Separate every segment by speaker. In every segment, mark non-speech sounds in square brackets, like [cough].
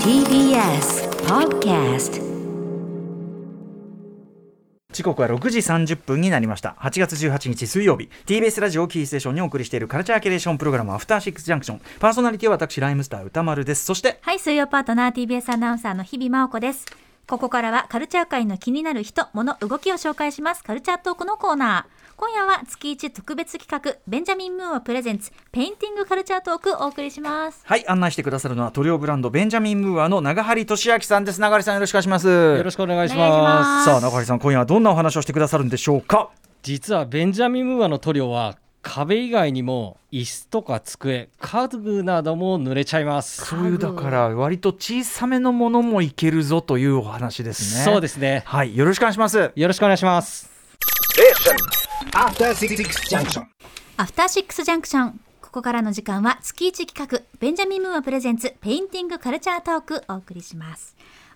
Speaker 1: TBS Podcast
Speaker 2: 時刻は6時30分になりました8月18日水曜日 TBS ラジオキーステーションにお送りしているカルチャーキュレーションプログラムアフターシックスジャンクションパーソナリティは私ライムスター歌丸ですそして
Speaker 3: はい、水曜パートナー TBS アナウンサーの日々真央子です。ここからはカルチャー界の気になる人、物、動きを紹介しますカルチャートークのコーナー。今夜は月1特別企画、ベンジャミン・ムーアプレゼンツ、ペインティングカルチャートークをお送りします。
Speaker 2: はい案内してくださるのは塗料ブランドベンジャミン・ムーアの長張俊明さんです長張さんよろしくお願いします
Speaker 4: よろしくお願いし
Speaker 3: お願いし
Speaker 4: ます。
Speaker 3: ます
Speaker 2: さあ長張さん今夜はどんなお話をしてくださるんでしょうか
Speaker 4: 実はベンジャミン・ムーアの塗料は壁以外にも椅子とか机、家具なども濡れちゃいます。
Speaker 2: そういうだから割と小さめのものもいけるぞというお話ですね
Speaker 4: そうですすね。
Speaker 2: はいよろしくお願いします
Speaker 4: よろしくお願いします。
Speaker 5: After Six Junction.
Speaker 3: アフターシックスジャンクション。ここからの時間は月1企画、ベンジャミン・ムーアプレゼンツ、ペインティングカルチャートークお送りします。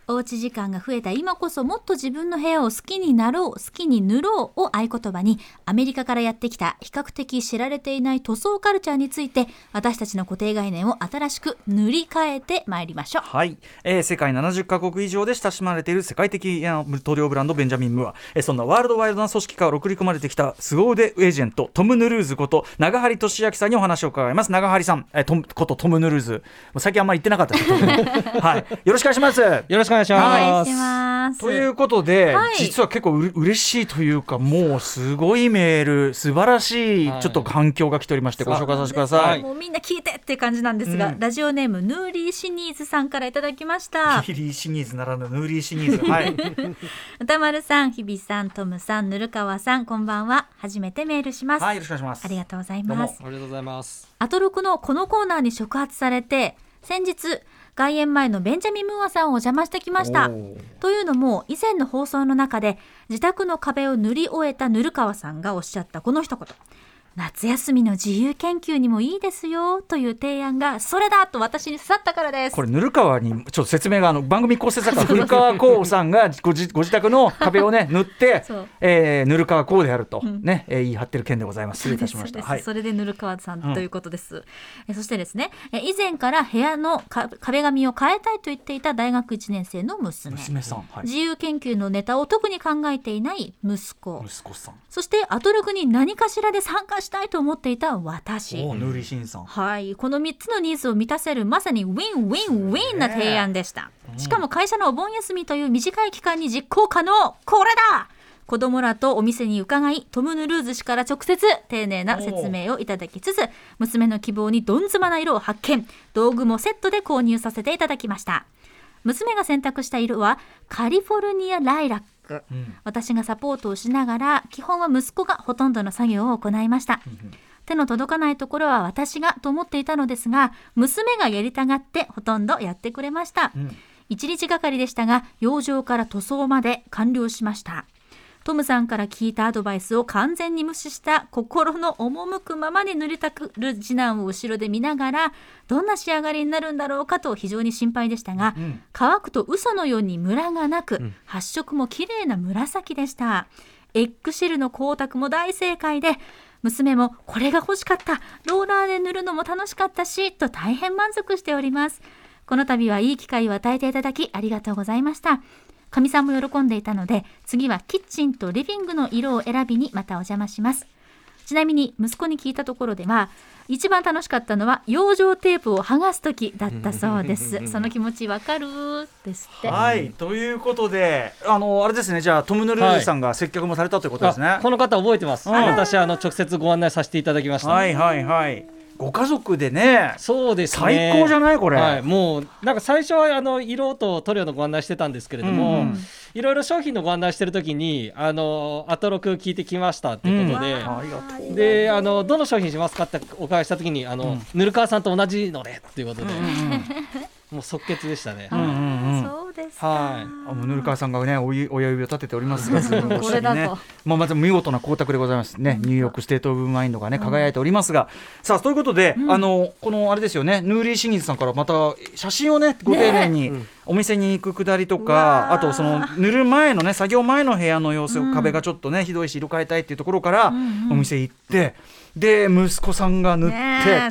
Speaker 3: おうち時間が増えた今こそもっと自分の部屋を好きになろう、好きに塗ろうを合言葉に、アメリカからやってきた比較的知られていない塗装カルチャーについて、私たちの固定概念を新しく塗り替えてまいりましょう。
Speaker 2: はい、えー世界70カ国以上で親しまれている世界的な塗料ブランドベンジャミン・ムーア、えーそんなワールドワイルドな組織から送り込まれてきた凄腕エージェントトム・ヌルーズこと長張俊明さんにお話を伺います長張さん、えートムことトム・ヌルーズもう最近あんまり言ってなかったです [laughs] けどはいよろしくお願いします
Speaker 4: よろしくお願いし
Speaker 3: お願
Speaker 4: ま
Speaker 3: いし
Speaker 4: す。
Speaker 3: ます。
Speaker 2: [laughs] ということで、
Speaker 3: はい
Speaker 2: 実は結構うれ嬉しいというかもうすごいメール素晴らしい
Speaker 4: はい
Speaker 2: ちょっと反響が来ておりましてご紹介させてください。
Speaker 3: もうみんな聞いてっていう感じなんですが、
Speaker 2: うん
Speaker 3: ラジオネームヌーリーシニーズさんからいただきました
Speaker 2: ヒリーシニーズならぬヌーリーシニーズ [laughs] はい
Speaker 3: 歌丸さん日比さんトムさんぬるかわさんこんばんは初めてメールします、
Speaker 2: はいよろしくお願いします。
Speaker 3: ありがとうござい
Speaker 2: どう
Speaker 3: ま
Speaker 2: も
Speaker 3: す
Speaker 4: ありがとうございます。
Speaker 3: アトロクのこのコーナーに触発されて先日外苑前のベンジャミン・ムーアさんをお邪魔してきました
Speaker 2: おー
Speaker 3: というのも以前の放送の中で自宅の壁を塗り終えたぬるかわさんがおっしゃったこの一言夏休みの自由研究にもいいですよという提案がそれだと私に刺さったからです
Speaker 2: これぬるかわにちょっと説明があの番組構
Speaker 3: [laughs]
Speaker 2: 成作家の古川光さんがごじご自宅の壁をね塗って
Speaker 3: [laughs] そう、
Speaker 2: えー、ぬるかわ光であると、ねえー言い張ってる件でございます失礼いたしま
Speaker 3: そ
Speaker 2: し
Speaker 3: うで
Speaker 2: た
Speaker 3: す
Speaker 2: はい
Speaker 3: それでぬるかわさん
Speaker 2: うん
Speaker 3: ということです、えそしてですねえ以前から部屋のか壁紙を変えたいと言っていた大学1年生の娘
Speaker 2: 娘さん、はい、
Speaker 3: 自由研究のネタを特に考えていない息子
Speaker 2: 息子さん
Speaker 3: そしてアトロクに何かしらで参加したいと思っていた私
Speaker 2: おーぬりしんさん
Speaker 3: はい、この3つのニーズを満たせるまさにウィンウィンウィンな提案でした、しかも会社のお盆休みという短い期間に実行可能これだ子供らとお店に伺いトム・ヌルーズ氏から直接丁寧な説明をいただきつつ娘の希望にどんずまな色を発見道具もセットで購入させていただきました娘が選択した色はカリフォルニアライラック、私がサポートをしながら基本は息子がほとんどの作業を行いました、手の届かないところは私がと思っていたのですが娘がやりたがってほとんどやってくれました、一日がかりでしたが養生から塗装まで完了しましたトムさんから聞いたアドバイスを完全に無視した心の赴くままに塗りたくる次男を後ろで見ながらどんな仕上がりになるんだろうかと非常に心配でしたが、乾くと嘘のようにムラがなく、発色も綺麗な紫でしたエッグシェルの光沢も大正解で娘もこれが欲しかったローラーで塗るのも楽しかったしと大変満足しておりますこの度はいい機会を与えていただきありがとうございましたかみさんも喜んでいたので次はキッチンとリビングの色を選びにまたお邪魔しますちなみに息子に聞いたところでは一番楽しかったのは養生テープを剥がす時だったそうですその気持ちわかるですって
Speaker 2: はいということであのあれですねじゃあトム・ヌルーズさんが接客もされたということですね、
Speaker 4: あこの方覚えてます。
Speaker 2: うん
Speaker 4: 私あの直接ご案内させていただきました。
Speaker 2: はいはいはいご家族でね
Speaker 4: そうですね。
Speaker 2: 最高じゃないこれ
Speaker 4: はい、もうなんか最初はあの色と塗料のご案内してたんですけれども、
Speaker 2: うんうん
Speaker 4: いろいろ商品のご案内してる時にあのアトロク聞いてきましたっていうことで。
Speaker 2: ありがとう
Speaker 4: であのどの商品しますかってお伺いしたときにあの、ぬるかわさんと同じのでっていうことで、もう即決でしたね、
Speaker 2: うんうんうん
Speaker 3: そうですか、
Speaker 4: はい
Speaker 2: あもうぬるかわさんがねおゆ親指を立てておりますが、
Speaker 3: ん [laughs] これだと
Speaker 2: まあまず見事な光沢でございますね。ニューヨークステートオブマインドがね輝いておりますが、さあということで、あのこのあれですよね、ヌーリーシニーズさんからまた写真をねご丁寧にお店に行くくだりと
Speaker 3: うわ
Speaker 2: か、
Speaker 3: ー
Speaker 2: あとその塗る前のね作業前の部屋の様子、
Speaker 3: うん
Speaker 2: 壁がちょっとねひどいし色変えたいっていうところから
Speaker 3: んうん
Speaker 2: お店行って。で息子さんが塗って、
Speaker 3: ね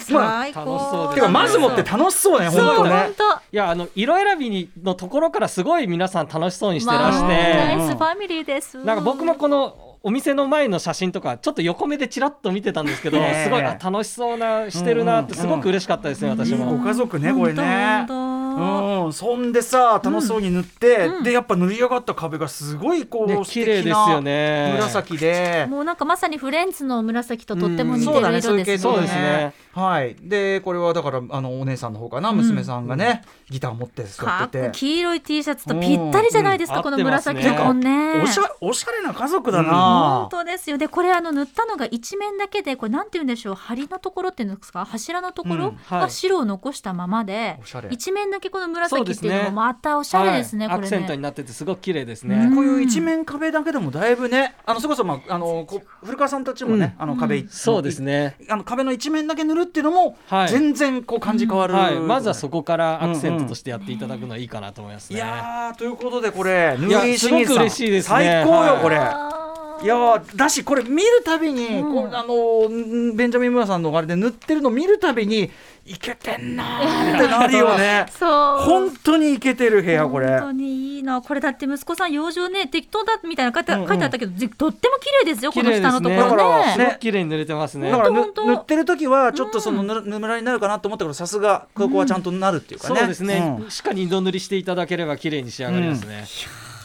Speaker 3: え、
Speaker 2: まあ
Speaker 3: 最高。
Speaker 4: 楽しそうで
Speaker 2: て
Speaker 4: す
Speaker 2: かまずもって楽しそうね
Speaker 3: そう、
Speaker 2: 本当ね
Speaker 3: 本当。
Speaker 4: いやあの色選びにのところからすごい皆さん楽しそうにして
Speaker 3: ま
Speaker 4: ら
Speaker 3: あ
Speaker 4: して、
Speaker 2: ね
Speaker 3: ナイスファミリーです。
Speaker 4: なんか僕もこのお店の前の写真とかちょっと横目でちらっと見てたんですけど、
Speaker 2: ねえ
Speaker 4: すごいあ楽しそうなしてるなってすごく嬉しかったですね、私
Speaker 2: ご
Speaker 4: も。
Speaker 2: 家族ね
Speaker 3: 本
Speaker 2: こ
Speaker 3: 当
Speaker 2: れね
Speaker 3: 本
Speaker 2: うん、そんでさ楽しそうに塗って、
Speaker 3: うん
Speaker 2: でやっぱ塗り上がった壁がすごいこう、
Speaker 4: ね
Speaker 2: 素
Speaker 4: 綺麗です
Speaker 2: 敵
Speaker 4: よ
Speaker 2: な
Speaker 4: ね。
Speaker 2: 紫で
Speaker 3: 当。もうなんかまさにフレンツの紫ととっても似て
Speaker 2: そうだ
Speaker 3: る
Speaker 2: ね、そ
Speaker 3: 色
Speaker 2: ういう系
Speaker 3: です
Speaker 4: そ
Speaker 2: 統
Speaker 4: う
Speaker 2: だ
Speaker 4: で
Speaker 3: ね。
Speaker 4: すね。
Speaker 2: はい、でこれはだからあのお姉さんの方かな、
Speaker 3: ん
Speaker 2: 娘さんがねギター持って座
Speaker 3: かっ
Speaker 2: っ
Speaker 3: こい
Speaker 2: て
Speaker 3: い
Speaker 2: て。
Speaker 3: 黄色い T シャツとぴったりじゃないです
Speaker 4: うん
Speaker 3: か、
Speaker 4: うん
Speaker 3: この紫の本ね。
Speaker 2: おしゃおしゃれな家族だ
Speaker 3: 本
Speaker 2: な、
Speaker 3: 当ですよでこれあの塗ったのが一面だけでこれなんて言うんでしょう梁のところっていうんですか柱のとこ
Speaker 2: う
Speaker 3: ろ
Speaker 2: ん
Speaker 4: はい
Speaker 3: が白を残したままで、
Speaker 2: おしゃれ
Speaker 3: 一面だけこの
Speaker 4: そう
Speaker 3: 紫
Speaker 4: で
Speaker 3: っ
Speaker 4: す
Speaker 3: て
Speaker 4: ね
Speaker 3: いうのもまたおしゃれですね
Speaker 4: はい
Speaker 3: これ
Speaker 4: アクセント
Speaker 3: ね
Speaker 4: になっててすごく綺麗ですね。
Speaker 3: うん
Speaker 2: こういう一面壁だけでもだいぶねあのそれこそ、まあ、あのこ古川さんたちもね、あの壁、
Speaker 4: そうですね。
Speaker 2: あの壁の一面だけ塗るっていうのも、
Speaker 4: はい
Speaker 2: 全然こう感じ変わる、
Speaker 4: はい、まずはそこからアクセントとしてやっていただくのはいいかなと思います
Speaker 2: い
Speaker 4: ね。
Speaker 2: やーということでこれヌ
Speaker 4: いや
Speaker 2: ーリーシンギ
Speaker 4: すごく嬉しいですね
Speaker 2: 最高よ
Speaker 4: はい
Speaker 2: これ、
Speaker 3: あー
Speaker 2: いやーだしこれ見るたびに、
Speaker 3: うん
Speaker 2: こうあのーんベンジャミン・ムーアさんのあれで塗ってるの見るたびにいけてんなーってなるよ
Speaker 4: [laughs]
Speaker 2: ね
Speaker 3: そう
Speaker 2: 本当にいけてる部屋これ
Speaker 3: 本当にいいなこれだって息子さん養生ね適当だみたいな書いて,、
Speaker 4: うんうん
Speaker 3: 書いてあったけどぜとっても綺麗ですよこの下のとこ
Speaker 4: 綺麗
Speaker 2: だ
Speaker 4: ですね
Speaker 3: ろ
Speaker 2: から
Speaker 3: ね
Speaker 4: すごく綺麗に塗れてますね。
Speaker 2: だからぬ
Speaker 3: 本当
Speaker 2: 塗ってる時はちょっとそのぬぬむらになるかなと思ったけどさすがここはちゃんとなるっていうかね、
Speaker 4: そうですね、
Speaker 2: うん
Speaker 4: しっかり二度塗りしていただければ綺麗に仕上がりますね、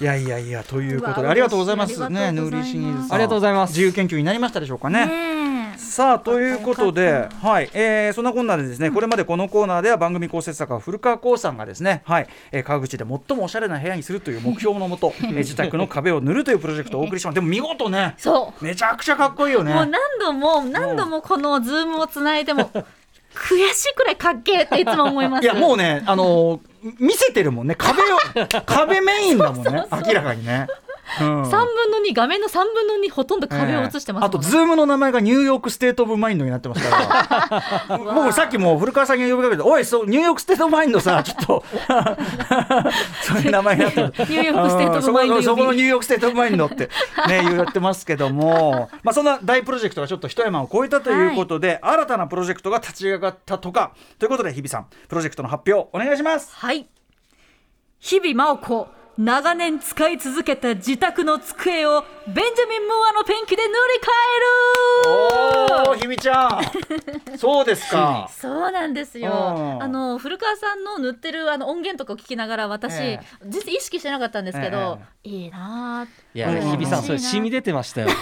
Speaker 2: いやいやいやということ
Speaker 3: う
Speaker 2: で
Speaker 3: わ
Speaker 2: ありがとうございます
Speaker 3: 嬉しい
Speaker 2: ね
Speaker 3: あり
Speaker 2: ヌ
Speaker 3: がと
Speaker 2: ー
Speaker 3: うござ
Speaker 2: リ
Speaker 3: います
Speaker 2: ーシンギルさん
Speaker 4: ありがとうございます
Speaker 2: 自由研究になりましたでしょうかね
Speaker 3: ねえ
Speaker 2: さあということ
Speaker 3: よか
Speaker 2: で
Speaker 3: っ、
Speaker 2: はいえーそんなこんなでですね、これまでこのコーナーでは番組構成作家古川光さんがですね、はいえー、川口で最もおしゃれな部屋にするという目標のも [laughs] と、えー自宅の壁を塗るというプロジェクトをお送りしました。でも見事ね、
Speaker 3: そう
Speaker 2: めちゃくちゃかっこいいよ
Speaker 3: もう何
Speaker 2: ね。
Speaker 3: 度も何度もこのズームをつないでも悔しいくらいかっけえっていつも思います。
Speaker 2: いやもうね、あのー見せてるもんね、壁を [laughs] 壁メインだもんね、明らかにね。うん
Speaker 3: 3分の2画面の3分の2ほとんど壁を映してますもん、
Speaker 2: ええあとズームの名前がニューヨークステートオブマインドになってますから
Speaker 3: [laughs]
Speaker 2: 僕さっきもう古川さんに呼びかけて「おいそうニューヨークステートオブマインドさちょっと [laughs] そういう名前になってる
Speaker 3: [laughs] ニューヨークステートオブマインド
Speaker 2: うんそこのそこのニ
Speaker 3: 呼
Speaker 2: ューヨークステートオブマインドってね言ってますけどもまあそんな大プロジェクトがちょっと一山を超えたということで、新たなプロジェクトが立ち上がったとかということで日比さんプロジェクトの発表お願いします
Speaker 3: はい日々真央子長年使い続けた自宅の机をベンジャミン・ムーアのペンキで塗り替える
Speaker 2: おお日比ちゃんそうで
Speaker 3: [laughs]
Speaker 2: すか
Speaker 3: そうなんですよ
Speaker 2: うん
Speaker 3: あの古川さんの塗ってるあの音源とかを聞きながら私、
Speaker 2: え
Speaker 3: 全然意識してなかったんですけど、いいなーって
Speaker 4: いや
Speaker 2: うん
Speaker 4: 日比さんそれ染み出てましたよ
Speaker 2: も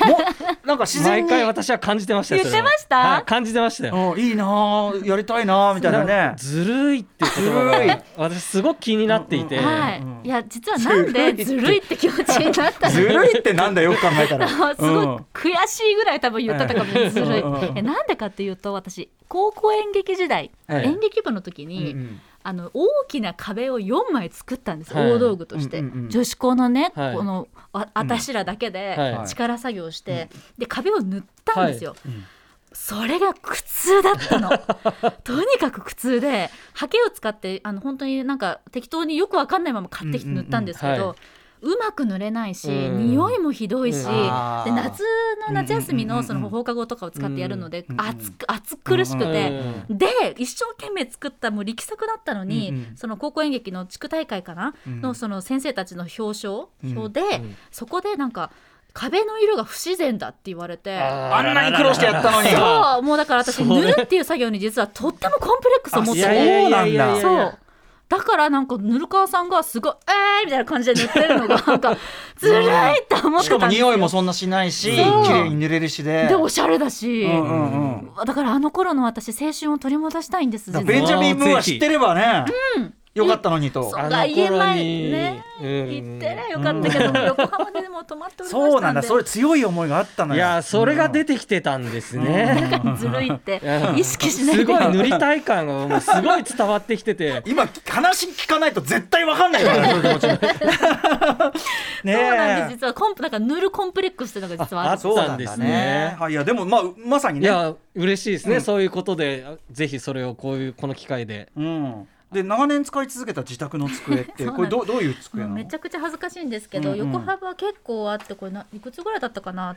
Speaker 2: なんか自然
Speaker 4: 毎
Speaker 2: に
Speaker 4: 回私は感じてましたよそれは
Speaker 3: 言ってました
Speaker 4: はい感じてましたよ
Speaker 2: うんいいなあやりたいなあみたいなね。
Speaker 4: ずるいっていう言
Speaker 2: ずるい
Speaker 4: 葉が私すごく気になっていて、
Speaker 3: はい、いや実はなんでずるいって気持ちになった
Speaker 2: ず
Speaker 3: の
Speaker 2: るいってなんだよよく考えたら。
Speaker 3: かすごい悔しいぐらい多分言ったとかもずるい
Speaker 2: うんうん
Speaker 3: えなんでかっていうと私高校演劇時代、
Speaker 2: ええ
Speaker 3: 演劇部の時
Speaker 2: うん
Speaker 3: に、あの大きな壁を4枚作ったんです、
Speaker 4: はい
Speaker 3: 大道具として、
Speaker 2: うんうんうん
Speaker 3: 女子校のね、
Speaker 4: はい
Speaker 3: このあ私らだけで
Speaker 4: はい
Speaker 3: 力作業して、で壁を塗ったんですよ、
Speaker 2: ん
Speaker 3: それが苦痛だったの [laughs] とにかく苦痛で刷毛を使ってあの本当になんか適当によくわかんないまま買ってきて塗ったんですけど、う
Speaker 4: う
Speaker 3: ん
Speaker 4: うんうんは
Speaker 3: まく塗れないし、
Speaker 4: うん
Speaker 3: 匂いもひどいし、
Speaker 4: うん
Speaker 3: で
Speaker 2: あー
Speaker 3: 夏の夏休み
Speaker 2: うん
Speaker 3: の
Speaker 2: うんうんうん
Speaker 3: その放課後とかを使ってやるので、
Speaker 2: うんうん
Speaker 3: 暑く暑苦しくて、
Speaker 4: うん
Speaker 3: で一生懸命作ったもう力作だったのに、
Speaker 2: うんうん
Speaker 3: その高校演劇の地区大会かな、
Speaker 2: うん
Speaker 3: のその先生たちの表彰
Speaker 2: うん
Speaker 3: 表で、
Speaker 4: ん
Speaker 3: そこでなんか壁の色が不自然だって言われて。
Speaker 4: あ
Speaker 2: あんなに苦労してやったのに。
Speaker 3: そうもうだから私
Speaker 4: そう
Speaker 3: 塗るっていう作業に実はとってもコンプレックスを持って
Speaker 2: あそう
Speaker 3: て
Speaker 2: なんだ
Speaker 3: そうだからなんか塗る川さんがすごい「えー!」みたいな感じで塗ってるのが
Speaker 2: [laughs]
Speaker 3: なんかずるいって思っ
Speaker 2: してか
Speaker 3: た
Speaker 2: も
Speaker 3: んですよ
Speaker 2: 匂いもそんなしないし、綺
Speaker 3: そう
Speaker 2: 麗に塗れるしで。
Speaker 3: でおしゃれだし、
Speaker 2: うんうんうん
Speaker 3: だからあの頃の私青春を取り戻したいんです
Speaker 2: だから
Speaker 3: 実は
Speaker 2: ベンジャミンムーア知ってればね、よかったのにと
Speaker 3: そ。
Speaker 4: あ
Speaker 3: う
Speaker 4: の頃
Speaker 3: だ
Speaker 4: に
Speaker 3: 家前ね
Speaker 4: うん
Speaker 3: 行ってりゃよかったけど、横浜でも泊まっておりましたんで
Speaker 2: そうなんだ、それ強い思いがあったの
Speaker 4: い
Speaker 2: よ。
Speaker 4: やそれが出てきてたんですね、
Speaker 3: なんかずるいって
Speaker 4: うん
Speaker 3: 意識しない
Speaker 4: す
Speaker 3: で
Speaker 4: ご
Speaker 3: [laughs]
Speaker 4: い塗りたい感がもうすごい伝わってき
Speaker 2: [laughs]
Speaker 4: てて
Speaker 2: 今話聞かないと絶対わかんないからそういう気持ちねえ
Speaker 3: そうなんです実はコンプなんか塗るコンプレックスっていうのが実はあ
Speaker 4: あ
Speaker 3: る
Speaker 4: あそうなんですね
Speaker 2: はい、いやでもまあまさに
Speaker 4: い
Speaker 2: ね。
Speaker 4: や嬉しいですね、
Speaker 2: うん
Speaker 4: そういうことであぜひそれをこういうこの機会で
Speaker 2: うん。で長年使い続けた自宅の机っ
Speaker 3: そう
Speaker 2: て
Speaker 3: なん
Speaker 2: これどうどういう机な
Speaker 3: もう
Speaker 2: の？
Speaker 3: めちゃくちゃ恥ずかしいんですけど、
Speaker 2: うんうん
Speaker 3: 横幅結構あってこれないくつぐらいだったかな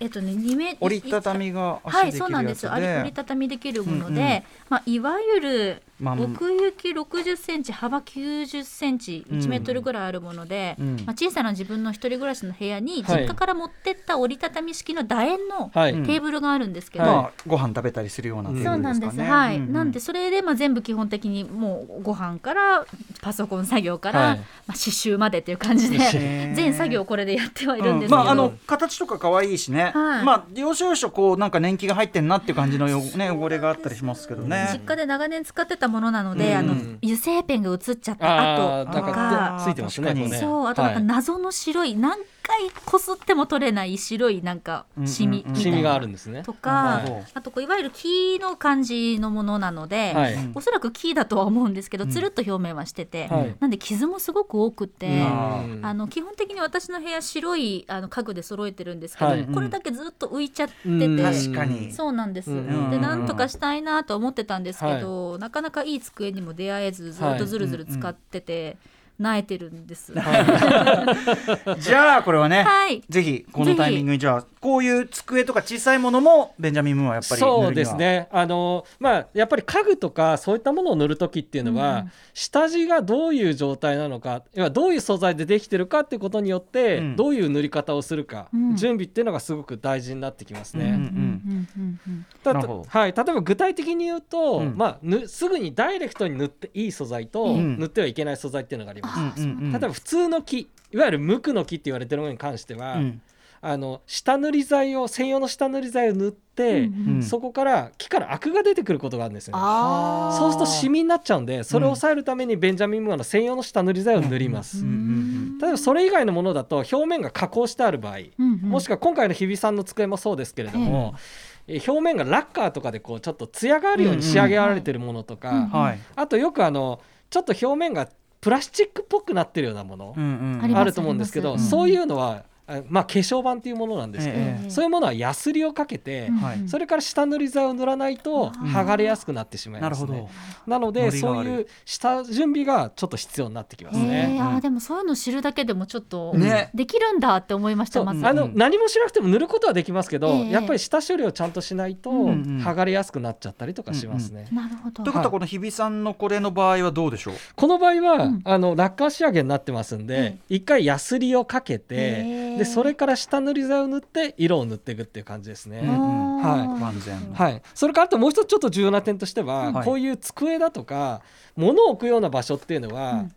Speaker 3: えっとね2メ
Speaker 2: 折りたたみが足
Speaker 3: はい
Speaker 2: できるやつで、
Speaker 3: そうなんですよあれ折りたたみできるもので、
Speaker 2: うんうん
Speaker 3: まあ、いわゆる
Speaker 2: まあ
Speaker 3: 奥行き60センチ幅90センチ
Speaker 2: うん
Speaker 3: 1メートルぐらいあるもので、
Speaker 2: うん
Speaker 3: まあ、小さな自分の一人暮らしの部屋に
Speaker 4: はい
Speaker 3: 実家から持ってった折りたたみ式の楕円のテ
Speaker 4: はい、
Speaker 2: うん
Speaker 3: ーブルがあるんですけど、
Speaker 4: はい
Speaker 2: まあご飯食べたりするようなテ
Speaker 3: そ
Speaker 2: ー
Speaker 3: う
Speaker 2: ブ
Speaker 3: な
Speaker 2: ル
Speaker 3: ん
Speaker 2: で
Speaker 3: ですす、
Speaker 2: かね。
Speaker 3: はい、
Speaker 2: うう
Speaker 3: なんでそれでまあ全部基本的にもうご飯からパソコン作業から、
Speaker 4: は
Speaker 3: まあ、
Speaker 4: い
Speaker 3: 刺繍までっていう感じで
Speaker 2: へー
Speaker 3: 全作業これでやってはいるんですけ
Speaker 2: ま
Speaker 3: ど、
Speaker 2: ああの形とか可愛いしね、
Speaker 3: はい
Speaker 2: まあ要所要所こうなんか年季が入ってんなっていう感じのよね汚れがあったりしますけど
Speaker 3: 実
Speaker 2: ね。
Speaker 3: 家で長年使ってたものなので、
Speaker 2: うん
Speaker 3: あの油性ペンが映っちゃった
Speaker 4: あ
Speaker 3: 跡
Speaker 4: あ、な
Speaker 3: と
Speaker 4: ん
Speaker 3: か
Speaker 4: かついてますね。
Speaker 2: 確かに
Speaker 4: これね
Speaker 3: そうあとなんか
Speaker 4: は
Speaker 3: 謎の白い、何回こすっても取れない白いなんかシミみたい
Speaker 2: うんうんうん
Speaker 4: い、
Speaker 3: な
Speaker 4: シミがあるんですね。
Speaker 3: とか、
Speaker 4: うん
Speaker 2: はい
Speaker 3: あとこういわゆる木の感じのものなので、
Speaker 4: はい
Speaker 2: うん
Speaker 3: おそらく木だとは思うんですけど、
Speaker 2: うん
Speaker 3: つるっと表面はしてて、
Speaker 4: はい
Speaker 3: なんで傷もすごく多くて。
Speaker 2: あー
Speaker 3: あの基本的に私の部屋白いあの家具で揃えてるんですけど、
Speaker 4: はい
Speaker 3: これだけずっと浮いちゃってて、
Speaker 4: うん
Speaker 2: 確かに。
Speaker 3: そうなんです、
Speaker 4: うん
Speaker 2: うん
Speaker 3: でなんとかしたいなと思ってたんですけど、なかなかいい机にも出会えずずっとずるずる使ってて、萎えてるんです。はい、
Speaker 2: じゃあこれはね、
Speaker 3: はい
Speaker 2: ぜひこのタイミングにじゃあこういう机とか小さいものもベンジャミン・ムーアやっぱり塗るには
Speaker 4: そうです。ねあの、まあ、やっぱり家具とかそういったものを塗る時っていうの
Speaker 3: う
Speaker 4: は、
Speaker 3: ん
Speaker 4: 下地がどういう状態なのか要はどういう素材でできてるかっていうことによって、
Speaker 2: うん
Speaker 4: どういう塗り方をするか、
Speaker 3: うん
Speaker 4: 準備っていうのがすごく大事になってきますね。
Speaker 2: うんう
Speaker 3: うん
Speaker 2: ん
Speaker 3: うんうん
Speaker 4: た
Speaker 2: なるほど
Speaker 4: はい、例えば具体的に言うと、
Speaker 2: うん
Speaker 4: まあ、ぬすぐにダイレクトに塗っていい素材と、
Speaker 2: うん
Speaker 4: 塗ってはいけない素材っていうのがあります。
Speaker 2: うんうんうん
Speaker 4: 例えば普通の木いわゆる無垢の木って言われてるものに関しては、
Speaker 2: うん
Speaker 4: あの下塗り剤を専用の下塗り剤を塗って、
Speaker 2: うん
Speaker 4: そこから木からアクが出てくることがあるんですよね、
Speaker 3: あ
Speaker 4: そうするとシミになっちゃうんでそれを抑えるためにベンジャミン・ムーアの専用の下塗り剤を塗りま
Speaker 2: うん
Speaker 4: す、
Speaker 2: うん
Speaker 4: 例えばそれ以外のものだと表面が加工してある場合、もしくは今回の日比さんの机もそうですけれども、え表面がラッカーとかでこうちょっとツヤがあるように仕上げられてるものとか、
Speaker 3: うんうん
Speaker 2: うんはい。
Speaker 4: あとよくあのちょっと表面がプラスチックっぽくなってるようなもの、
Speaker 2: うんうん
Speaker 3: あります
Speaker 4: あると思うんですけど
Speaker 3: あります
Speaker 4: そういうのは、あまあ、化粧板っていうものなんですけど、
Speaker 2: え
Speaker 3: え
Speaker 4: そういうものはヤスリをかけて、
Speaker 2: んはい
Speaker 4: それから下塗り剤を塗らないと
Speaker 3: あ
Speaker 2: ー
Speaker 4: 剥がれやすくなってしまい
Speaker 2: な
Speaker 4: ま
Speaker 2: る
Speaker 4: す、
Speaker 2: ほ
Speaker 4: ね
Speaker 2: ど。
Speaker 4: なの
Speaker 2: ノ
Speaker 4: で
Speaker 2: リがあ
Speaker 4: そ
Speaker 2: る
Speaker 4: ういう下準備がちょっと必要になってきます
Speaker 3: え
Speaker 4: ね。
Speaker 3: ーあ
Speaker 2: う
Speaker 3: ー
Speaker 2: ん
Speaker 3: でもそういうの知るだけでもちょっと、
Speaker 2: ね
Speaker 3: できるんだって思いました
Speaker 4: そう
Speaker 3: ま
Speaker 4: あ
Speaker 3: ず。
Speaker 2: ん
Speaker 4: の何もしなくても塗ることはできますけど、
Speaker 3: ええ
Speaker 4: やっぱり下処理をちゃんとしないと
Speaker 2: んうん
Speaker 4: 剥がれやすくなっちゃったりとかしますね。
Speaker 3: なるほど
Speaker 2: ということはこの日比さんのこれの場合はどうでしょう。
Speaker 4: この場合は、
Speaker 3: うん
Speaker 4: あのラッカー仕上げになってますんで、一回ヤスリをかけ
Speaker 3: へ
Speaker 4: て
Speaker 3: ー
Speaker 4: でそれから下塗り剤を塗って色を塗っていくっていう感じですね。
Speaker 2: うんうん
Speaker 4: はい
Speaker 2: 万全。
Speaker 4: はい、それからあともう一つちょっと重要な点としては、
Speaker 2: はい
Speaker 4: こういう机だとか物を置くような場所っていうのは、
Speaker 3: うん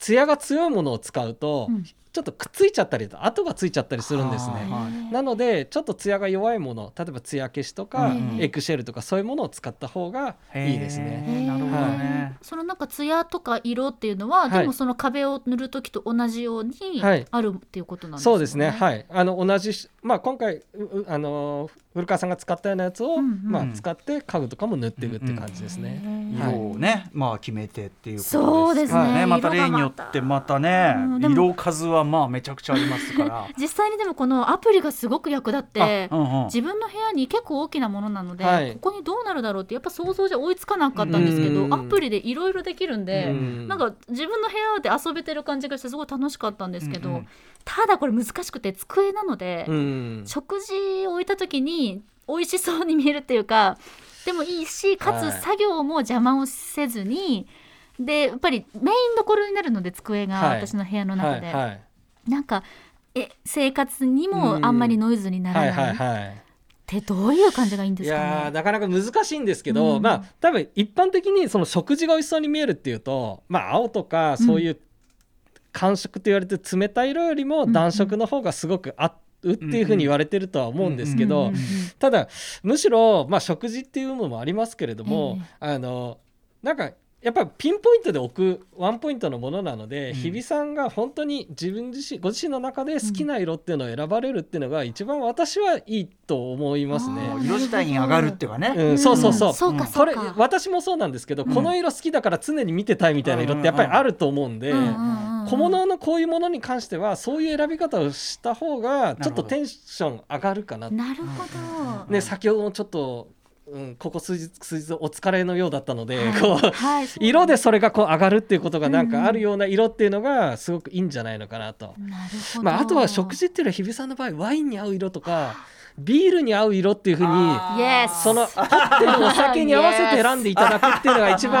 Speaker 4: 艶が強いものを使うと、
Speaker 3: うん
Speaker 4: ちょっとくっついちゃったりと跡がついちゃったりするんです
Speaker 2: あー
Speaker 4: ね。
Speaker 2: はい
Speaker 4: なのでちょっと艶が弱いもの例えば艶消しとか、
Speaker 3: うん
Speaker 4: エッグシェルとかそういうものを使った方がいいですね。
Speaker 2: へーなるほどね。
Speaker 3: そのなんか艶とか色っていうのは、
Speaker 4: はい
Speaker 3: でもその壁を塗る時と同じように
Speaker 4: はい
Speaker 3: あるっていうことなんです
Speaker 4: そ
Speaker 3: よ
Speaker 4: うですね、はい、あの同じし、まあ、今回、ううあのー古川さんが使ったようなやつ
Speaker 3: うん
Speaker 4: を、
Speaker 3: うん
Speaker 4: まあ、使って家具とかも塗っていくって感じですね。
Speaker 3: へ
Speaker 4: はい
Speaker 2: 色をね、まあ決めてっていうことです
Speaker 3: そうです
Speaker 4: ね
Speaker 2: から
Speaker 3: 色が
Speaker 2: また例によってまたね
Speaker 3: うん、でも
Speaker 2: 色数はまあめちゃくちゃあります
Speaker 3: [laughs]
Speaker 2: から。
Speaker 3: 実際にでもこのアプリがすごく役立って
Speaker 2: あ、うんうん
Speaker 3: 自分の部屋に結構大きなものなので、
Speaker 4: はい
Speaker 3: ここにどうなるだろうってやっぱ想像じゃ追いつかなかったんですけど
Speaker 4: うん
Speaker 3: アプリでいろいろできるんで、
Speaker 4: うん
Speaker 3: なんか自分の部屋で遊べてる感じがしてすごい楽しかったんですけど、
Speaker 2: うんうん
Speaker 3: ただこれ難しくて机なので、
Speaker 4: うん
Speaker 3: 食事を置いた時に美味しそうに見えるっていうかでもいいしか
Speaker 4: はい
Speaker 3: つ作業も邪魔をせずに、でやっぱりメインどころになるので机が
Speaker 4: はい
Speaker 3: 私の部屋の
Speaker 4: は
Speaker 3: 中
Speaker 4: い
Speaker 3: で、
Speaker 4: はい
Speaker 3: なんかえ生活にもあんまりノイズになら
Speaker 4: は
Speaker 3: ないい、
Speaker 4: はいはい
Speaker 3: ってどういう感じがいいんで
Speaker 4: い
Speaker 3: すか
Speaker 4: やー
Speaker 3: ね。
Speaker 4: なかなか難しいんですけど、
Speaker 3: うん
Speaker 4: まあ多分一般的にその食事が美味しそうに見えるっていうとまあ青とかそういう感色と言われてる冷たい色よりも暖色の方がすごく合うっていうふうに言われてるとは思うんですけど、
Speaker 3: うんうんうん
Speaker 4: ただむしろ、まあ、食事っていうのもありますけれども、
Speaker 3: え
Speaker 4: あのなんかやっぱりピンポイントで置くワンポイントのものなの
Speaker 2: う
Speaker 4: で、
Speaker 2: ん
Speaker 4: 日比さんが本当に自分自身ご自身の中で好きな色っていうのを選ばれるっていうのが一番私はいいと思います
Speaker 3: あ
Speaker 2: もう
Speaker 4: ね。
Speaker 2: 色自体に上がるっていうかね。
Speaker 4: うん、そうそうそう、
Speaker 3: んそうか
Speaker 2: うん
Speaker 3: そ
Speaker 4: こ
Speaker 3: う
Speaker 4: れ
Speaker 3: か。
Speaker 4: 私もそうなんですけど、
Speaker 2: うん
Speaker 4: この色好きだから常に見てたいみたいな色ってやっぱりあると思うんで、
Speaker 3: うんうんうん
Speaker 4: 小物のこういうものに関してはそういう選び方をした方がちょっとテンション上がるかなって
Speaker 3: なるほど。
Speaker 4: ね、先ほどもちょっと、うん、ここ数日数日お疲れのようだったので、
Speaker 3: はい
Speaker 4: こう
Speaker 3: はいそう
Speaker 4: 色でそれがこう上がるっていうことがなん
Speaker 3: うんう
Speaker 4: か
Speaker 3: ん
Speaker 4: あるような色っていうのがすごくいいんじゃないのかなと。
Speaker 3: なるほど。
Speaker 4: まあ、あとは食事っていうのは日比さんの場合ワインに合う色とかビールに合う色っていうふうに
Speaker 2: あー
Speaker 3: イエス
Speaker 4: その合ってるお酒に合わせて選んでいただくっていうのが一番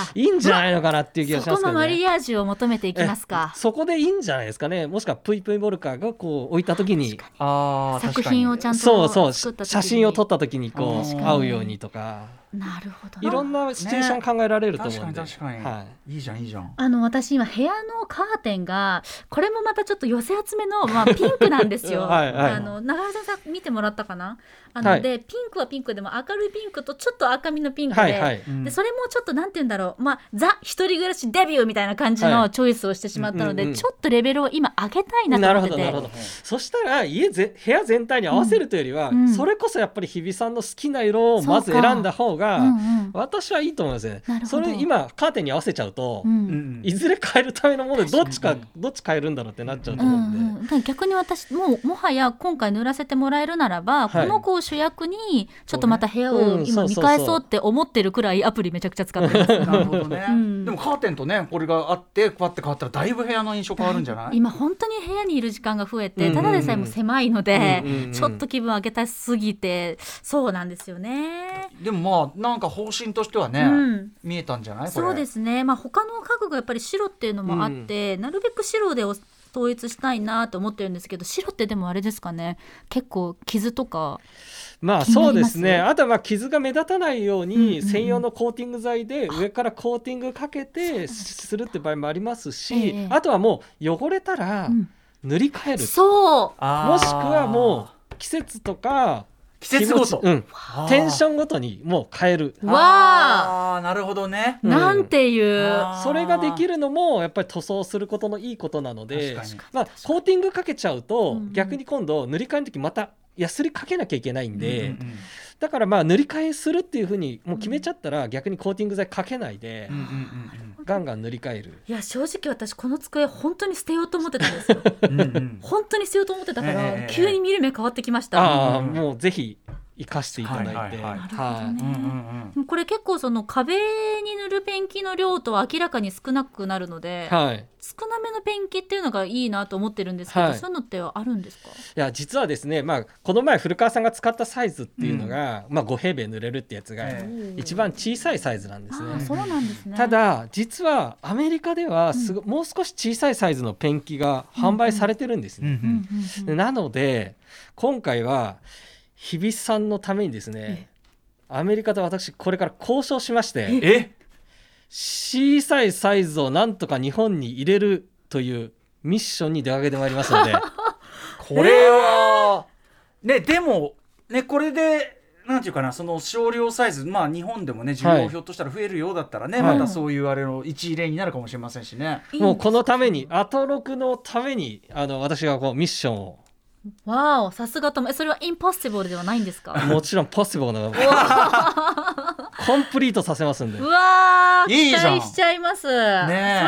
Speaker 3: あ
Speaker 4: いいんじゃないのかなっていう気
Speaker 3: ー
Speaker 4: がし
Speaker 3: そ
Speaker 4: ま
Speaker 3: こ
Speaker 4: す
Speaker 3: の
Speaker 4: けど
Speaker 3: マ
Speaker 4: ね。
Speaker 3: リアージュを求めていきますか
Speaker 4: えそこでいいんじゃないですかねもしくはプイプイボルカーがこう置いた時に
Speaker 2: あー
Speaker 3: 作品をちゃんと
Speaker 4: そうそう
Speaker 3: 作った時に
Speaker 4: 写真を撮った時にこ
Speaker 2: 確か
Speaker 4: う
Speaker 2: に
Speaker 4: 合うようにとか
Speaker 3: なるほど
Speaker 4: いろんなシチュエーション考えられると思うん
Speaker 2: 確
Speaker 4: で、
Speaker 2: かに確かに、、
Speaker 4: はい
Speaker 2: いじゃんいいじゃん
Speaker 3: あの私今部屋のカーテンがこれもまたちょっと寄せ集めの、
Speaker 4: [laughs]
Speaker 3: まあ、ピンクなんですよ
Speaker 4: はいはい
Speaker 3: あの長尾さん見てもらったかなあの、
Speaker 4: はい
Speaker 3: でピンクはピンクでも明るいピンクとちょっと赤みのピン
Speaker 4: い、
Speaker 3: クで,、
Speaker 4: はいはい
Speaker 2: うん
Speaker 3: でそれもちょっとなんて言うんだろう、まあ、ザ一人暮らしデビューみたいな感じ
Speaker 4: は
Speaker 3: の
Speaker 4: い
Speaker 3: チョイスをしてしまったので、
Speaker 4: うんうんうん
Speaker 3: ちょっとレベルを今上げたいな
Speaker 4: な
Speaker 3: と
Speaker 4: る
Speaker 3: 思
Speaker 4: ほ
Speaker 3: って
Speaker 4: ど
Speaker 3: て
Speaker 4: なるほどそしたら家ぜ部屋全体に合わせるというよりは、
Speaker 3: うん
Speaker 4: それこそやっぱり日比さんの好きな色をまず
Speaker 3: そうか
Speaker 4: 選んだ方が、
Speaker 3: うんうん
Speaker 4: 私はいいと思いますね
Speaker 3: なるほ
Speaker 4: そ
Speaker 3: ど
Speaker 4: れ今カーテンに合わせちゃうと、
Speaker 3: うん
Speaker 2: うん
Speaker 4: いずれ変えるためのものでどっちか
Speaker 2: 確
Speaker 4: どっち変えるんだろうってなっちゃうと
Speaker 3: う
Speaker 4: 思うん
Speaker 3: ん
Speaker 4: で、
Speaker 3: うん、だから逆に私もうもはや今回塗らせてもらえるならば、
Speaker 4: はい
Speaker 3: この子を主役にちょっとまた部屋を
Speaker 4: う
Speaker 3: 今
Speaker 4: んそうそう
Speaker 3: 見
Speaker 4: そう
Speaker 3: 返そうって思ってるくらいアプリめちゃくちゃ使
Speaker 4: [laughs]
Speaker 3: ってます。
Speaker 2: なるほどね、
Speaker 3: うん
Speaker 2: でもカーテンとねこれがあってこうやって変わったらだいぶ部屋の印象変わるんじゃない
Speaker 3: 今本当に部屋にいる時間が増え
Speaker 4: うん
Speaker 3: て
Speaker 4: うんう
Speaker 3: た
Speaker 4: ん
Speaker 3: だでさえも狭いので、
Speaker 4: うんうんうん
Speaker 3: ちょっと気分上げたすぎてそうなんですよね。
Speaker 2: でもまあなんか方針としてはね、
Speaker 3: うん
Speaker 2: 見えたんじゃないこれ
Speaker 3: そうですね、まあ、他の家具がやっぱり白っていうのもあって、なるべく白でお統一したいなと思ってるんですけど白ってでもあれですかね結構傷とか
Speaker 4: まあ
Speaker 3: 気になり
Speaker 4: そうで
Speaker 3: ます
Speaker 4: すねあとはまあ傷が目立たないよう
Speaker 3: うんうんう
Speaker 4: に
Speaker 3: ん
Speaker 4: 専用のコーティング剤で上からコーティングかけてするって場合もあります
Speaker 3: え
Speaker 4: し
Speaker 3: え
Speaker 4: あとはもう汚れたら
Speaker 3: うん
Speaker 4: 塗り替える
Speaker 3: そう
Speaker 2: あー
Speaker 4: もしくはもう季節とか
Speaker 2: 季節ごと、
Speaker 4: 気持ちうん
Speaker 2: あー
Speaker 4: テンションごとにもう変える
Speaker 3: わあ
Speaker 2: あーなるほどね
Speaker 4: うん
Speaker 3: なんていう、
Speaker 2: あ
Speaker 4: それができるのもやっぱり塗装することのいいことなので
Speaker 2: 確かに
Speaker 4: まあ、コーティングかけちゃう
Speaker 3: う
Speaker 4: と、
Speaker 3: ん
Speaker 4: 逆に今度塗り替えの時またヤスリかけなきゃいけないんで、
Speaker 2: うんうん
Speaker 4: だからまあ塗り替えするっていうふうにもう決めちゃったら逆にコーティング剤かけないで
Speaker 2: うんう、んうん
Speaker 4: ガンガン塗り替える。
Speaker 3: いや正直私この机本当に捨てようと思ってたんですよ
Speaker 4: [laughs]
Speaker 2: うんうんうん
Speaker 3: 本当に捨てようと思ってたから、
Speaker 2: ええ
Speaker 3: 急に見る目変わってきました
Speaker 4: ああ、
Speaker 2: うん
Speaker 4: もうぜひ生かしていただい
Speaker 2: は
Speaker 4: て。
Speaker 2: いはいはい
Speaker 3: なるほどね、
Speaker 2: うんうんうん
Speaker 3: でもこれ結構その壁に塗るペンキの量とは明らかに少なくなるので、
Speaker 4: はいい
Speaker 3: 少なめのペンキっていうのがいいなと思ってるんですけど、
Speaker 4: はい
Speaker 3: そういうのってあるんですか
Speaker 4: や実はですね、まあ、この前古川さんが使ったサイズっていうのが、まあ、5平米塗れるってやつが
Speaker 2: え
Speaker 4: 一番小さいサイズなんです
Speaker 3: あ
Speaker 4: ね
Speaker 3: あ。そうなんですね
Speaker 4: ただ実はアメリカではすご、もう少し小さいサイズのペンキが販売されてるんです
Speaker 2: うんう
Speaker 4: ね、
Speaker 3: うんうん
Speaker 2: ん
Speaker 3: うん
Speaker 4: なので今回は日比さんのためにですねアメリカと私これから交渉しまして
Speaker 2: え
Speaker 4: 小さいサイズをなんとか日本に入れるというミッションに出かけてまいりますので
Speaker 2: これは、ねでもねこれでなんていうかなその少量サイズまあ日本でもね需
Speaker 4: は
Speaker 2: 要
Speaker 4: い
Speaker 2: ひょっとしたら増えるようだったらね、
Speaker 4: はい
Speaker 2: またそういうあれの一例になるかもしれませんしね。
Speaker 3: いい
Speaker 4: もうこのためにアトロクのためにあの私がこうミッションを
Speaker 3: わおさすがともえそれはインポッシブルではないんですか
Speaker 4: もちろんポッシブルなコンプリートさせますんで
Speaker 3: う。わー
Speaker 2: いい
Speaker 3: 期
Speaker 2: じゃん
Speaker 3: 待しちゃいます
Speaker 2: え
Speaker 3: そ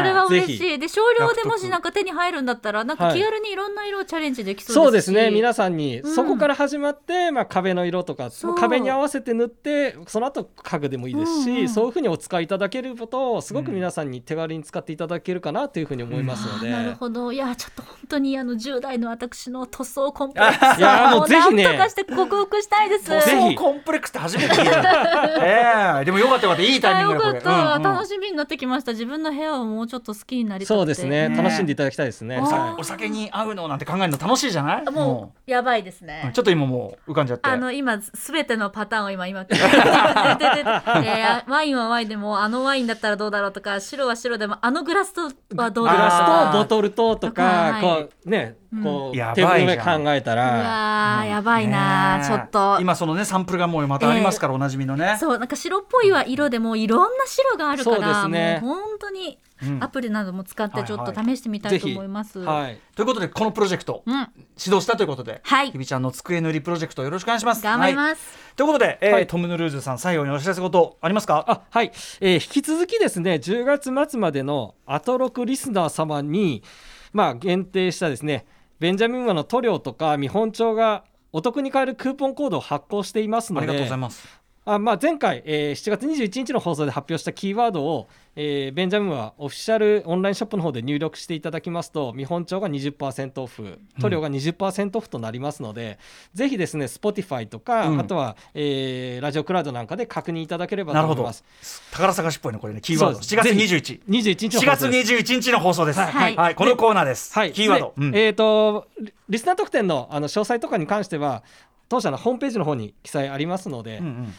Speaker 3: れは嬉
Speaker 4: ぜ
Speaker 3: しいで少量でもしなんか手に入るんだったらなんか気軽にいろんな色をチャレンジでき
Speaker 4: そ
Speaker 3: そうう
Speaker 4: で
Speaker 3: ですすし
Speaker 4: ね皆さんに
Speaker 3: うん
Speaker 4: そこから始まって、まあ、壁の色とか
Speaker 3: そう
Speaker 4: 壁に合わせて塗ってその後家具でもいいですし、
Speaker 3: うんうん
Speaker 4: そういうふうにお使いいただけることをすごく皆さんに手軽に使っていただけるかなというふうに思いますので、
Speaker 3: なるほどいやちょっと本当にあの10代の私の塗装コンプレックス
Speaker 4: いやー
Speaker 3: を
Speaker 4: もうぜ
Speaker 3: な
Speaker 4: ひ
Speaker 3: んと
Speaker 4: ね
Speaker 3: かして克服したいです。
Speaker 4: ぜひ
Speaker 2: そうコンプレックスって初めて聞い
Speaker 4: [laughs]
Speaker 2: た。ええでもよかったよかったいいタ
Speaker 3: あ
Speaker 2: イミン
Speaker 3: よ
Speaker 2: グだ
Speaker 3: か
Speaker 2: これ。
Speaker 3: った、
Speaker 2: うんうん
Speaker 3: 楽しみになってきました自分の部屋をもうちょっと好きになりたくて
Speaker 4: そうですね
Speaker 2: ね
Speaker 4: 楽しんでいただきたいですね。
Speaker 3: あ
Speaker 4: は
Speaker 2: お酒に合うのなんて考えるの楽しいじゃない？
Speaker 3: もうやばいですね、
Speaker 2: うんちょっと今もう浮かんじゃって。
Speaker 3: あの今すべてのパターンを今
Speaker 2: [laughs]
Speaker 3: 今ででででえーワインはワインでもあのワインだったらどうだろうとか白は白でもあのグラスとはどうだろ
Speaker 4: いグ
Speaker 3: う
Speaker 2: あ
Speaker 4: ラスとボトルとと
Speaker 3: あ
Speaker 4: か
Speaker 3: ー
Speaker 4: こうねこう、
Speaker 2: やばい
Speaker 4: テ
Speaker 2: じゃん
Speaker 4: ーブルの上考えた
Speaker 3: う
Speaker 4: ら
Speaker 3: わーやばいな、
Speaker 2: ねえ
Speaker 3: ちょっと
Speaker 2: 今そのねサンプルがもうまたありますから、おなじみのね
Speaker 3: そうなんか白っぽいは色でもういろんな白があるか
Speaker 4: そうで
Speaker 3: ら
Speaker 4: すね
Speaker 3: もう本当に
Speaker 2: うん
Speaker 3: アプリなども使ってちょっと試してみたいと思います。
Speaker 4: はい
Speaker 2: ということでこのプロジェクト、
Speaker 3: うん、
Speaker 2: 指導したということで、
Speaker 3: はい
Speaker 2: ひびちゃんの机塗りプロジェクトよろしくお願いします
Speaker 3: 頑張り
Speaker 2: はい
Speaker 3: ます。
Speaker 2: ということで、えー
Speaker 4: はい
Speaker 2: トム・ヌルーズさん最後にお知らせことありますか
Speaker 4: あはい、えー引き続きですね10月末までのアトロクリスナー様に、まあ、限定したですねベンジャミン馬の塗料とか見本帳がお得に買えるクーポンコードを発行しています
Speaker 2: あ
Speaker 4: の
Speaker 2: りがとうご
Speaker 4: で
Speaker 2: ざいます
Speaker 4: あまあ、前回、えー7月21日の放送で発表したキーワードを、えーベンジャミンはオフィシャルオンラインショップの方で入力していただきますと見本帳が20%オフ塗料が20%オフとなりますので、ぜひですね Spotify とか、
Speaker 2: うん
Speaker 4: あとは、えーラジオクラウドなんかで確認いただければ
Speaker 2: なる
Speaker 4: と
Speaker 2: ほ
Speaker 4: 思い
Speaker 2: ど
Speaker 4: ます。
Speaker 2: 宝探しっぽいねこれねキーワード
Speaker 4: そう
Speaker 2: 7月
Speaker 4: ぜひ
Speaker 2: 21日
Speaker 4: 21日
Speaker 2: 4
Speaker 4: の放
Speaker 2: 月
Speaker 4: 送です
Speaker 2: 21日の放送です。
Speaker 4: はい
Speaker 2: は、
Speaker 3: はいい
Speaker 2: このコーナーです。
Speaker 4: はい、
Speaker 2: キーワード。
Speaker 4: で
Speaker 2: うん
Speaker 4: えーとリリスナー特典のあの詳細とかに関しては当社のホームページの方に記載ありますので、
Speaker 2: うんうん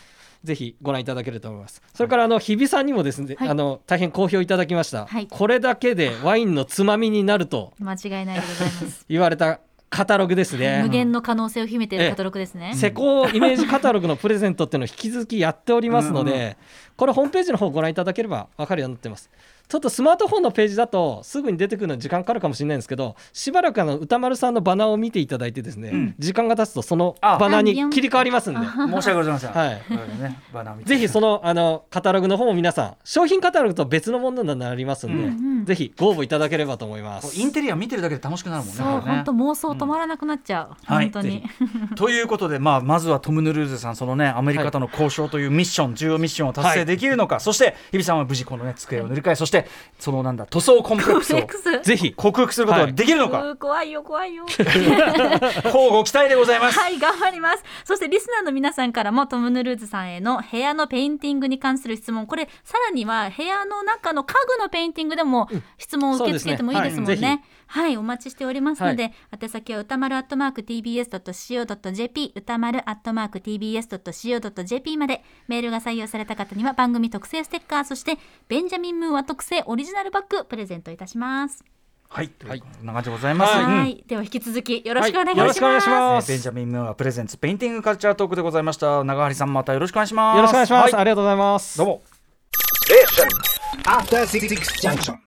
Speaker 4: ぜひご覧いただけると思います。それからあの日比さんにもですね、
Speaker 3: はい
Speaker 4: あの大変好評いただきました、
Speaker 3: はい
Speaker 4: これだけでワインのつまみになると
Speaker 3: 間違いないでござい
Speaker 2: [laughs]
Speaker 3: ます。
Speaker 4: 言われたカタログですね。
Speaker 3: 無限の可能性を秘めているカタログですね。
Speaker 4: 施工イメージカタログのプレゼントっていうのを引き続きやっておりますので、
Speaker 2: うんう
Speaker 4: これホームページの方ご覧いただければ分かるようになってますちょっとスマートフォンのページだとすぐに出てくるのに時間かかるかもしれないんですけどしばらくあの歌丸さんのバナーを見ていただいてですね、
Speaker 2: うん
Speaker 4: 時間が経つとその
Speaker 2: あ
Speaker 4: バナーに切り替わりますんで
Speaker 2: 申し訳ございません。
Speaker 4: はい
Speaker 2: これねバナーみたい
Speaker 4: ぜ
Speaker 2: な
Speaker 4: ひそのあのカタログの方も皆さん商品カタログと別のものになりますんで、
Speaker 2: うん
Speaker 3: うん
Speaker 4: ぜひご応募いただければと思いま
Speaker 2: こう
Speaker 4: す
Speaker 2: インテリア見てるだけで楽しくなるもんね。
Speaker 3: そう、
Speaker 2: これ
Speaker 3: 本
Speaker 2: ね
Speaker 3: 当妄想止まらなくなっちゃう。
Speaker 2: うんはい
Speaker 3: 本当に。
Speaker 2: ということで、まあ、まずはトム・ヌルーズさん、そのね、アメリカとの交渉というミッション、重要ミッションを達成できるのか、そして、日比さんは無事このね、机を塗り替え、そして、そのなんだ、塗装コンプレックスを
Speaker 3: [laughs] X
Speaker 4: ぜひ
Speaker 2: 克服することができるのか、
Speaker 3: うー怖いよ怖いよ
Speaker 2: 乞うご期待でございます。
Speaker 3: はい頑張り
Speaker 4: [laughs]
Speaker 3: ますそしてリスナーの皆さんからもトム・ヌルーズさんへの部屋のペインティングに関する質問これさらには部屋の中の家具のペインティングでも質問を受け付けてもいいですもん
Speaker 4: そうですね
Speaker 3: ねはい、お待ちしておりますので、宛先は歌丸アットマーク tbs.co.jp 歌丸アットマーク tbs.co.jp までメールが採用された方には番組特製ステッカーそしてベンジャミン・ムーア特製オリジナルバッグプレゼントいたします
Speaker 2: はい、というこんな感じでございます。
Speaker 4: は
Speaker 3: はいい、
Speaker 2: うん
Speaker 3: では引き続きよろしくお願いします。
Speaker 4: はいよろしくお願いし
Speaker 2: え
Speaker 4: ま
Speaker 2: ー
Speaker 4: す
Speaker 2: ベンジャミン・ムーアプレゼンツペインティングカルチャートークでございました長張さんまたよろしくお願いします
Speaker 4: よろしくお願いします、
Speaker 2: は
Speaker 4: ありがとうございます
Speaker 2: どうも
Speaker 5: Station. After Six Junction.